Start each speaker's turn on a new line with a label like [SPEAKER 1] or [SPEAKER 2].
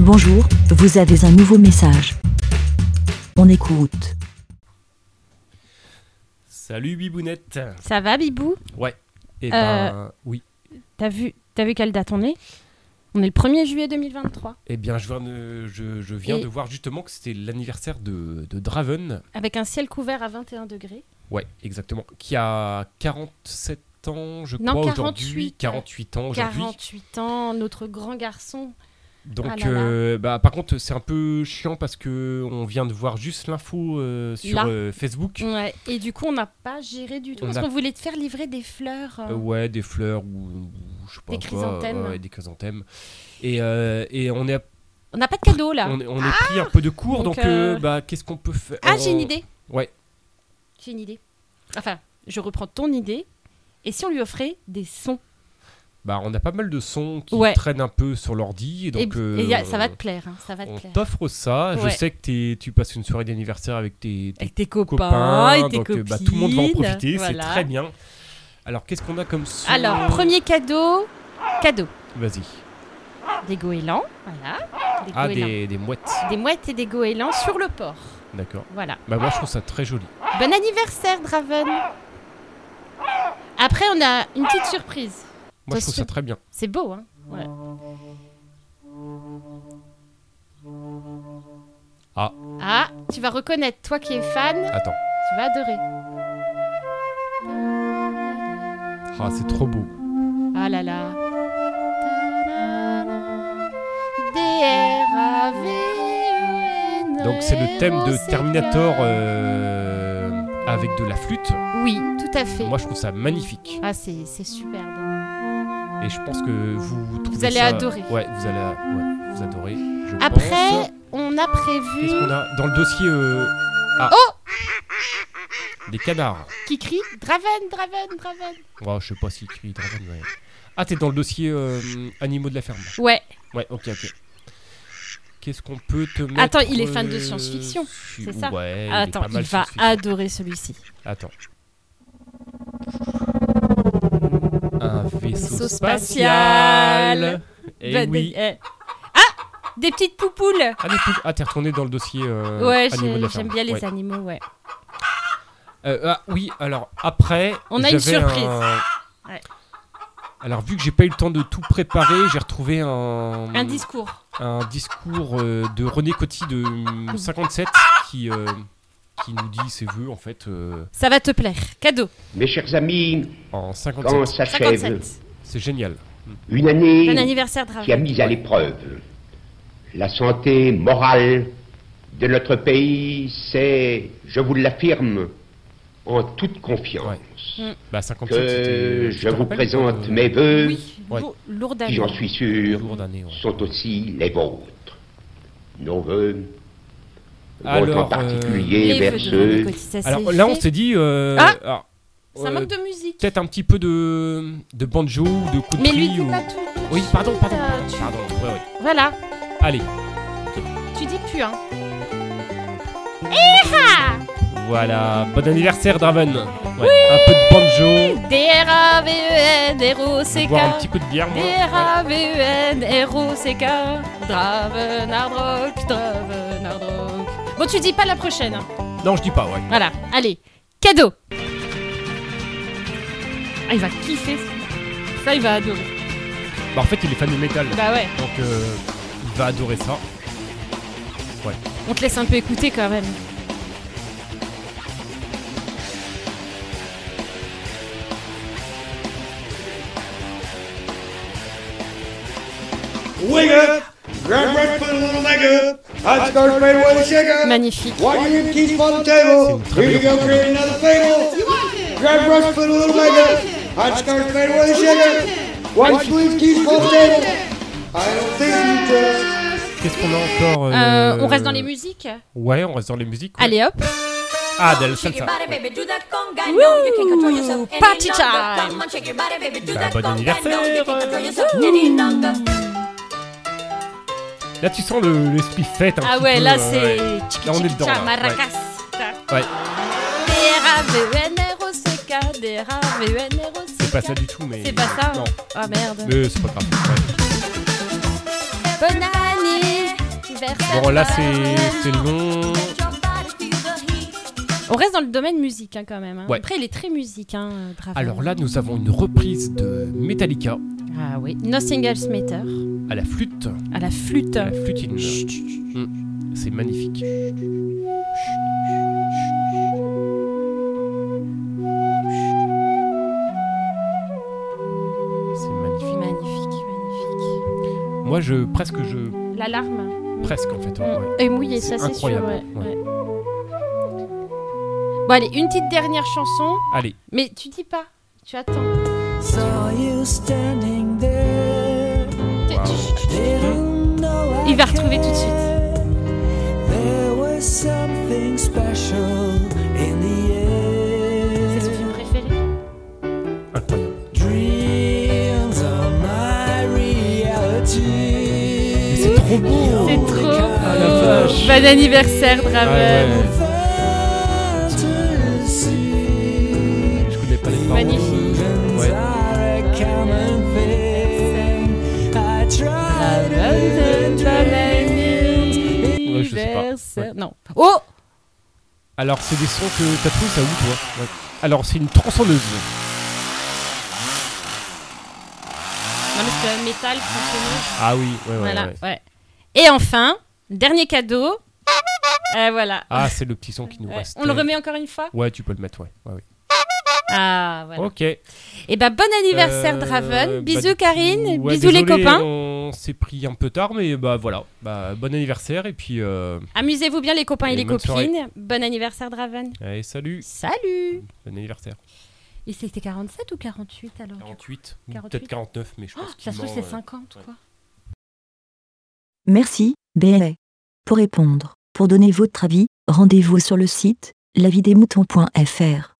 [SPEAKER 1] Bonjour, vous avez un nouveau message. On écoute.
[SPEAKER 2] Salut Bibounette.
[SPEAKER 3] Ça va, Bibou
[SPEAKER 2] Ouais. Et
[SPEAKER 3] Euh,
[SPEAKER 2] ben oui.
[SPEAKER 3] T'as vu, t'as vu quelle date on est On est le 1er juillet 2023,
[SPEAKER 2] Eh bien, je viens de, je, je viens
[SPEAKER 3] et-
[SPEAKER 2] de voir justement que c'était l'anniversaire de, de Draven.
[SPEAKER 3] avec un ciel couvert à 21 degrés.
[SPEAKER 2] Ouais, exactement. Qui a 47 ans, je
[SPEAKER 3] Non,
[SPEAKER 2] crois,
[SPEAKER 3] 48.
[SPEAKER 2] aujourd'hui. 48 ans aujourd'hui.
[SPEAKER 3] 48 ans, notre grand garçon.
[SPEAKER 2] Donc,
[SPEAKER 3] Ah là là.
[SPEAKER 2] euh, bah, par contre, c'est un peu chiant parce que on vient de voir juste l'info euh, sur
[SPEAKER 3] Là.
[SPEAKER 2] euh, Facebook.
[SPEAKER 3] Ouais, et du coup, on n'a pas géré du tout.
[SPEAKER 2] On
[SPEAKER 3] parce
[SPEAKER 2] a-
[SPEAKER 3] qu'on voulait te faire livrer des fleurs. euh,
[SPEAKER 2] Euh, ouais, des fleurs ou, ou je sais pas
[SPEAKER 3] Des
[SPEAKER 2] quoi,
[SPEAKER 3] chrysanthèmes.
[SPEAKER 2] ouais, des chrysanthèmes. Et, euh, et on est,
[SPEAKER 3] On n'a pas de cadeau là.
[SPEAKER 2] on, est- on est pris un peu de cours,
[SPEAKER 3] Ah. Donc,
[SPEAKER 2] donc, euh,
[SPEAKER 3] euh,
[SPEAKER 2] bah, qu'est-ce qu'on peut faire
[SPEAKER 3] Ah, j'ai une
[SPEAKER 2] On-
[SPEAKER 3] idée.
[SPEAKER 2] Ouais.
[SPEAKER 3] J'ai une idée. Enfin, je reprends ton idée. Et si on lui offrait des sons
[SPEAKER 2] Bah, on a pas mal de sons qui
[SPEAKER 3] Ouais.
[SPEAKER 2] traînent un peu sur l'ordi. Et
[SPEAKER 3] Et,
[SPEAKER 2] donc,
[SPEAKER 3] et y a-
[SPEAKER 2] euh,
[SPEAKER 3] ça va te plaire. hein, ça va te
[SPEAKER 2] on
[SPEAKER 3] plaire.
[SPEAKER 2] t'offre ça. Je
[SPEAKER 3] Ouais.
[SPEAKER 2] sais que t'es- tu passes une soirée d'anniversaire avec tes, tes
[SPEAKER 3] Avec tes copains,
[SPEAKER 2] copains.
[SPEAKER 3] et tes
[SPEAKER 2] donc, euh,
[SPEAKER 3] copines.
[SPEAKER 2] bah, tout le monde va en profiter.
[SPEAKER 3] voilà.
[SPEAKER 2] C'est très bien. Alors, qu'est-ce qu'on a comme son
[SPEAKER 3] Alors, premier cadeau. Cadeau.
[SPEAKER 2] Vas-y.
[SPEAKER 3] Des goélands. Voilà. Des
[SPEAKER 2] Ah,
[SPEAKER 3] goélands.
[SPEAKER 2] des, des mouettes.
[SPEAKER 3] Des mouettes et des goélands sur le port.
[SPEAKER 2] D'accord.
[SPEAKER 3] Voilà.
[SPEAKER 2] Bah, moi, je trouve ça très joli.
[SPEAKER 3] Bon anniversaire, Draven. Après, on a une petite surprise.
[SPEAKER 2] Moi,
[SPEAKER 3] Toi,
[SPEAKER 2] je trouve
[SPEAKER 3] c'est-
[SPEAKER 2] ça très bien.
[SPEAKER 3] C'est beau, hein Ouais.
[SPEAKER 2] Ah.
[SPEAKER 3] Ah, tu vas reconnaître, toi qui es fan,
[SPEAKER 2] Attends.
[SPEAKER 3] tu vas adorer.
[SPEAKER 2] Ah, c'est trop beau.
[SPEAKER 3] Ah là là. D-R-A-V-E-N.
[SPEAKER 2] Donc, c'est le thème
[SPEAKER 3] Héros,
[SPEAKER 2] de
[SPEAKER 3] c'est
[SPEAKER 2] Terminator
[SPEAKER 3] bien.
[SPEAKER 2] euh, avec de la flûte.
[SPEAKER 3] Oui, tout à fait.
[SPEAKER 2] Moi, je trouve ça magnifique.
[SPEAKER 3] Ah, c'est c'est superbe.
[SPEAKER 2] Et je pense que vous trouvez
[SPEAKER 3] allez
[SPEAKER 2] ça-
[SPEAKER 3] adorer.
[SPEAKER 2] Ouais, vous allez ouais, vous adorez. je pense.
[SPEAKER 3] Après, on a prévu
[SPEAKER 2] Qu'est-ce qu'on a dans le dossier euh, ah.
[SPEAKER 3] Oh
[SPEAKER 2] Des canards.
[SPEAKER 3] qui crie Draven, Draven, Draven.
[SPEAKER 2] Oh, je sais pas si crie Dragon, mais- Ah, t'es dans le dossier euh, animaux de la ferme.
[SPEAKER 3] Ouais,
[SPEAKER 2] Ouais, ok, ok. Qu'est-ce qu'on peut te mettre
[SPEAKER 3] Attends, il est
[SPEAKER 2] euh,
[SPEAKER 3] fan de science-fiction,
[SPEAKER 2] su-
[SPEAKER 3] c'est ça
[SPEAKER 2] Ouais, il est
[SPEAKER 3] attends,
[SPEAKER 2] pas mal
[SPEAKER 3] il va
[SPEAKER 2] science-fiction.
[SPEAKER 3] adorer celui-ci.
[SPEAKER 2] Attends. Un vaisseau
[SPEAKER 3] Vaisseau
[SPEAKER 2] spatial.
[SPEAKER 3] spatial.
[SPEAKER 2] Eh
[SPEAKER 3] Bah,
[SPEAKER 2] oui.
[SPEAKER 3] des- eh. Ah Des petites poupoules
[SPEAKER 2] Ah, les poules- ah, t'es retourné dans le dossier euh,
[SPEAKER 3] Ouais,
[SPEAKER 2] animaux de
[SPEAKER 3] j'ai-
[SPEAKER 2] la ferme.
[SPEAKER 3] j'aime bien les
[SPEAKER 2] Ouais.
[SPEAKER 3] animaux, ouais.
[SPEAKER 2] Euh, ah, oui, alors après.
[SPEAKER 3] On a une
[SPEAKER 2] j'avais
[SPEAKER 3] surprise.
[SPEAKER 2] un-
[SPEAKER 3] Ouais.
[SPEAKER 2] Alors, vu que j'ai pas eu le temps de tout préparer, j'ai retrouvé un,
[SPEAKER 3] Un discours.
[SPEAKER 2] un discours euh, de René Coty de hum, 57 qui, euh, qui nous dit ses vœux en fait euh,
[SPEAKER 3] Ça va te plaire. Cadeau.
[SPEAKER 4] Mes chers amis,
[SPEAKER 2] en
[SPEAKER 4] quand
[SPEAKER 2] 57.
[SPEAKER 4] s'achève
[SPEAKER 3] 57.
[SPEAKER 2] C'est génial.
[SPEAKER 4] une
[SPEAKER 3] Bon
[SPEAKER 4] année
[SPEAKER 3] anniversaire,
[SPEAKER 4] qui a
[SPEAKER 3] Draven.
[SPEAKER 4] mis à l'épreuve la santé morale de notre pays, c'est, je vous l'affirme, en toute confiance
[SPEAKER 2] Bah, 57,
[SPEAKER 4] que
[SPEAKER 2] c'était-
[SPEAKER 4] je
[SPEAKER 2] te
[SPEAKER 4] vous
[SPEAKER 2] rappelle,
[SPEAKER 4] présente
[SPEAKER 2] euh,
[SPEAKER 4] mes voeux
[SPEAKER 3] Oui,
[SPEAKER 2] Ouais.
[SPEAKER 3] lour- lourde
[SPEAKER 4] qui, j'en suis sûr,
[SPEAKER 2] Lourde année, ouais.
[SPEAKER 4] sont aussi les vôtres. Nos voeux vont en
[SPEAKER 2] Alors,
[SPEAKER 4] particulier
[SPEAKER 3] euh, Les
[SPEAKER 4] vers
[SPEAKER 3] vœux de René
[SPEAKER 4] ceux
[SPEAKER 3] Coty, ça
[SPEAKER 2] Alors
[SPEAKER 3] c'est
[SPEAKER 2] là, on
[SPEAKER 3] fait.
[SPEAKER 2] s'est dit. euh,
[SPEAKER 3] Ah
[SPEAKER 2] alors,
[SPEAKER 3] Ça
[SPEAKER 2] euh,
[SPEAKER 3] manque de musique.
[SPEAKER 2] Peut-être un petit peu de, de banjo, de country.
[SPEAKER 3] Mais lui,
[SPEAKER 2] ou-
[SPEAKER 3] tu pas tout.
[SPEAKER 2] Oui, pardon, pardon,
[SPEAKER 3] Ah,
[SPEAKER 2] pardon.
[SPEAKER 3] tu-
[SPEAKER 2] pardon. Ouais, ouais.
[SPEAKER 3] Voilà,
[SPEAKER 2] Allez,
[SPEAKER 3] tu dis plus, hein.
[SPEAKER 2] voilà. Bon anniversaire, Draven. Ouais, Un peu de banjo.
[SPEAKER 3] D-R-A-V-E-N, héros, c'est
[SPEAKER 2] Boire un
[SPEAKER 3] K.
[SPEAKER 2] petit coup de bière, moi.
[SPEAKER 3] D-R-A-V-E-N, héros, c'est K. Dravenardrock, Dravenardrock. Bon, tu dis pas la prochaine. hein.
[SPEAKER 2] Non, je dis pas, ouais.
[SPEAKER 3] Voilà, allez, cadeau. Ah, il va kiffer. celui-là. Ça, il va adorer.
[SPEAKER 2] Bah, en fait, il est fan de métal.
[SPEAKER 3] Bah ouais,
[SPEAKER 2] Donc, euh, il va adorer ça.
[SPEAKER 3] on te laisse un peu écouter quand même.
[SPEAKER 5] Wing up! Grab right foot, little leg up! Hot skirt, ready with a shake up!
[SPEAKER 3] Magnifique.
[SPEAKER 5] Water your keys on the table! Here we go, create another fable! Grab right foot, little leg up! Hot skirt, ready with a shake up! White sweet keys on the table! I don't think you trust.
[SPEAKER 2] Qu'est-ce qu'on a encore euh,
[SPEAKER 3] Euh, on reste dans les musiques
[SPEAKER 2] Ouais, on reste dans les musiques. ouais.
[SPEAKER 3] Allez hop.
[SPEAKER 2] Ah, del salsa.
[SPEAKER 3] Woo, party time.
[SPEAKER 2] Bah, bon anniversaire. Là, tu sens le- l'esprit fête un
[SPEAKER 3] Ah
[SPEAKER 2] petit
[SPEAKER 3] ouais,
[SPEAKER 2] peu,
[SPEAKER 3] là
[SPEAKER 2] euh,
[SPEAKER 3] c'est...
[SPEAKER 2] ouais.
[SPEAKER 3] tchiki
[SPEAKER 2] Là, on est
[SPEAKER 3] tchiki
[SPEAKER 2] dedans,
[SPEAKER 3] tcha,
[SPEAKER 2] là, ouais.
[SPEAKER 3] Maracas.
[SPEAKER 2] Ouais.
[SPEAKER 3] D-R-A-V-E-N-R-O-C-K, D-R-A-V-E-N-R-O-C-K.
[SPEAKER 2] C'est pas ça du tout, mais.
[SPEAKER 3] C'est pas ça
[SPEAKER 2] Non. Euh,
[SPEAKER 3] Ah merde.
[SPEAKER 2] Mais c'est pas grave. ouais.
[SPEAKER 3] Bonne année,
[SPEAKER 2] Bon, là, c'est c'est long.
[SPEAKER 3] On reste dans le domaine musique hein, quand même. hein.
[SPEAKER 2] Ouais.
[SPEAKER 3] Après, il est très musique, hein, euh, Draven.
[SPEAKER 2] Alors là, nous avons une reprise de Metallica
[SPEAKER 3] Ah oui. Nothing Else Matter,
[SPEAKER 2] à la flûte.
[SPEAKER 3] à la flûte.
[SPEAKER 2] À la flûtine. Mm. C'est magnifique. C'est magnifique.
[SPEAKER 3] Magnifique, magnifique.
[SPEAKER 2] Moi, je presque, je
[SPEAKER 3] L'alarme.
[SPEAKER 2] presque en fait. ouais, ouais.
[SPEAKER 3] Et mouillé,
[SPEAKER 2] C'est
[SPEAKER 3] ça c'est sûr.
[SPEAKER 2] incroyable,
[SPEAKER 3] ouais,
[SPEAKER 2] ouais.
[SPEAKER 3] ouais. Bon, allez, une petite dernière chanson.
[SPEAKER 2] Allez,
[SPEAKER 3] Mais tu dis pas, tu attends.
[SPEAKER 6] Saw you standing there. Didn't know I
[SPEAKER 3] Il va retrouver tout de suite.
[SPEAKER 6] cared. There was something special in the air.
[SPEAKER 3] C'est son film préféré.
[SPEAKER 2] incroyable.
[SPEAKER 6] Dreams are my reality.
[SPEAKER 2] Mais c'est trop beau.
[SPEAKER 3] C'est trop
[SPEAKER 2] Ah la vache.
[SPEAKER 3] Bon anniversaire,
[SPEAKER 2] Ah
[SPEAKER 3] Draven.
[SPEAKER 2] ouais.
[SPEAKER 6] Fantasy.
[SPEAKER 2] Je connais pas les paroles.
[SPEAKER 3] Magnifique.
[SPEAKER 2] Ouais.
[SPEAKER 6] Are a common thing. I tried to
[SPEAKER 2] Ouais, je sais pas. Ouais.
[SPEAKER 3] Non. Oh
[SPEAKER 2] Alors, c'est des sons que t'as trouvé ça où toi Ouais. Alors, c'est une tronçonneuse.
[SPEAKER 3] Non, mais c'est un métal fonctionnel.
[SPEAKER 2] Ah oui, ouais, ouais,
[SPEAKER 3] Voilà,
[SPEAKER 2] ouais.
[SPEAKER 3] ouais. Et enfin, dernier cadeau. Euh, voilà.
[SPEAKER 2] Ah, c'est le petit son qui nous
[SPEAKER 3] Ouais.
[SPEAKER 2] reste.
[SPEAKER 3] On le remet encore une fois
[SPEAKER 2] Ouais, tu peux le mettre, ouais. ouais, ouais.
[SPEAKER 3] Ah, voilà.
[SPEAKER 2] Ok.
[SPEAKER 3] Et bah, bon anniversaire,
[SPEAKER 2] Euh, bah,
[SPEAKER 3] Draven. Bisous,
[SPEAKER 2] du coup,
[SPEAKER 3] Karine.
[SPEAKER 2] ouais,
[SPEAKER 3] Bisous,
[SPEAKER 2] désolé,
[SPEAKER 3] les
[SPEAKER 2] euh,
[SPEAKER 3] copains.
[SPEAKER 2] On s'est pris un peu tard, mais bah voilà. Bah, bon anniversaire et puis. euh,
[SPEAKER 3] Amusez-vous bien, les copains et,
[SPEAKER 2] Et
[SPEAKER 3] les
[SPEAKER 2] bonne
[SPEAKER 3] copines.
[SPEAKER 2] soirée.
[SPEAKER 3] Bon anniversaire, Draven.
[SPEAKER 2] Allez, salut.
[SPEAKER 3] Salut
[SPEAKER 2] Bon anniversaire.
[SPEAKER 3] Et c'était 47 ou 48 alors du coup
[SPEAKER 2] 48, ou
[SPEAKER 3] 48.
[SPEAKER 2] peut-être 49, mais je
[SPEAKER 3] Oh,
[SPEAKER 2] pense qu'il
[SPEAKER 3] Ça se trouve,
[SPEAKER 2] ment,
[SPEAKER 3] c'est
[SPEAKER 2] euh,
[SPEAKER 3] 50
[SPEAKER 2] ouais.
[SPEAKER 3] quoi.
[SPEAKER 1] Merci, BLA. Pour répondre, pour donner votre avis, rendez-vous sur le site lavidemouton.fr.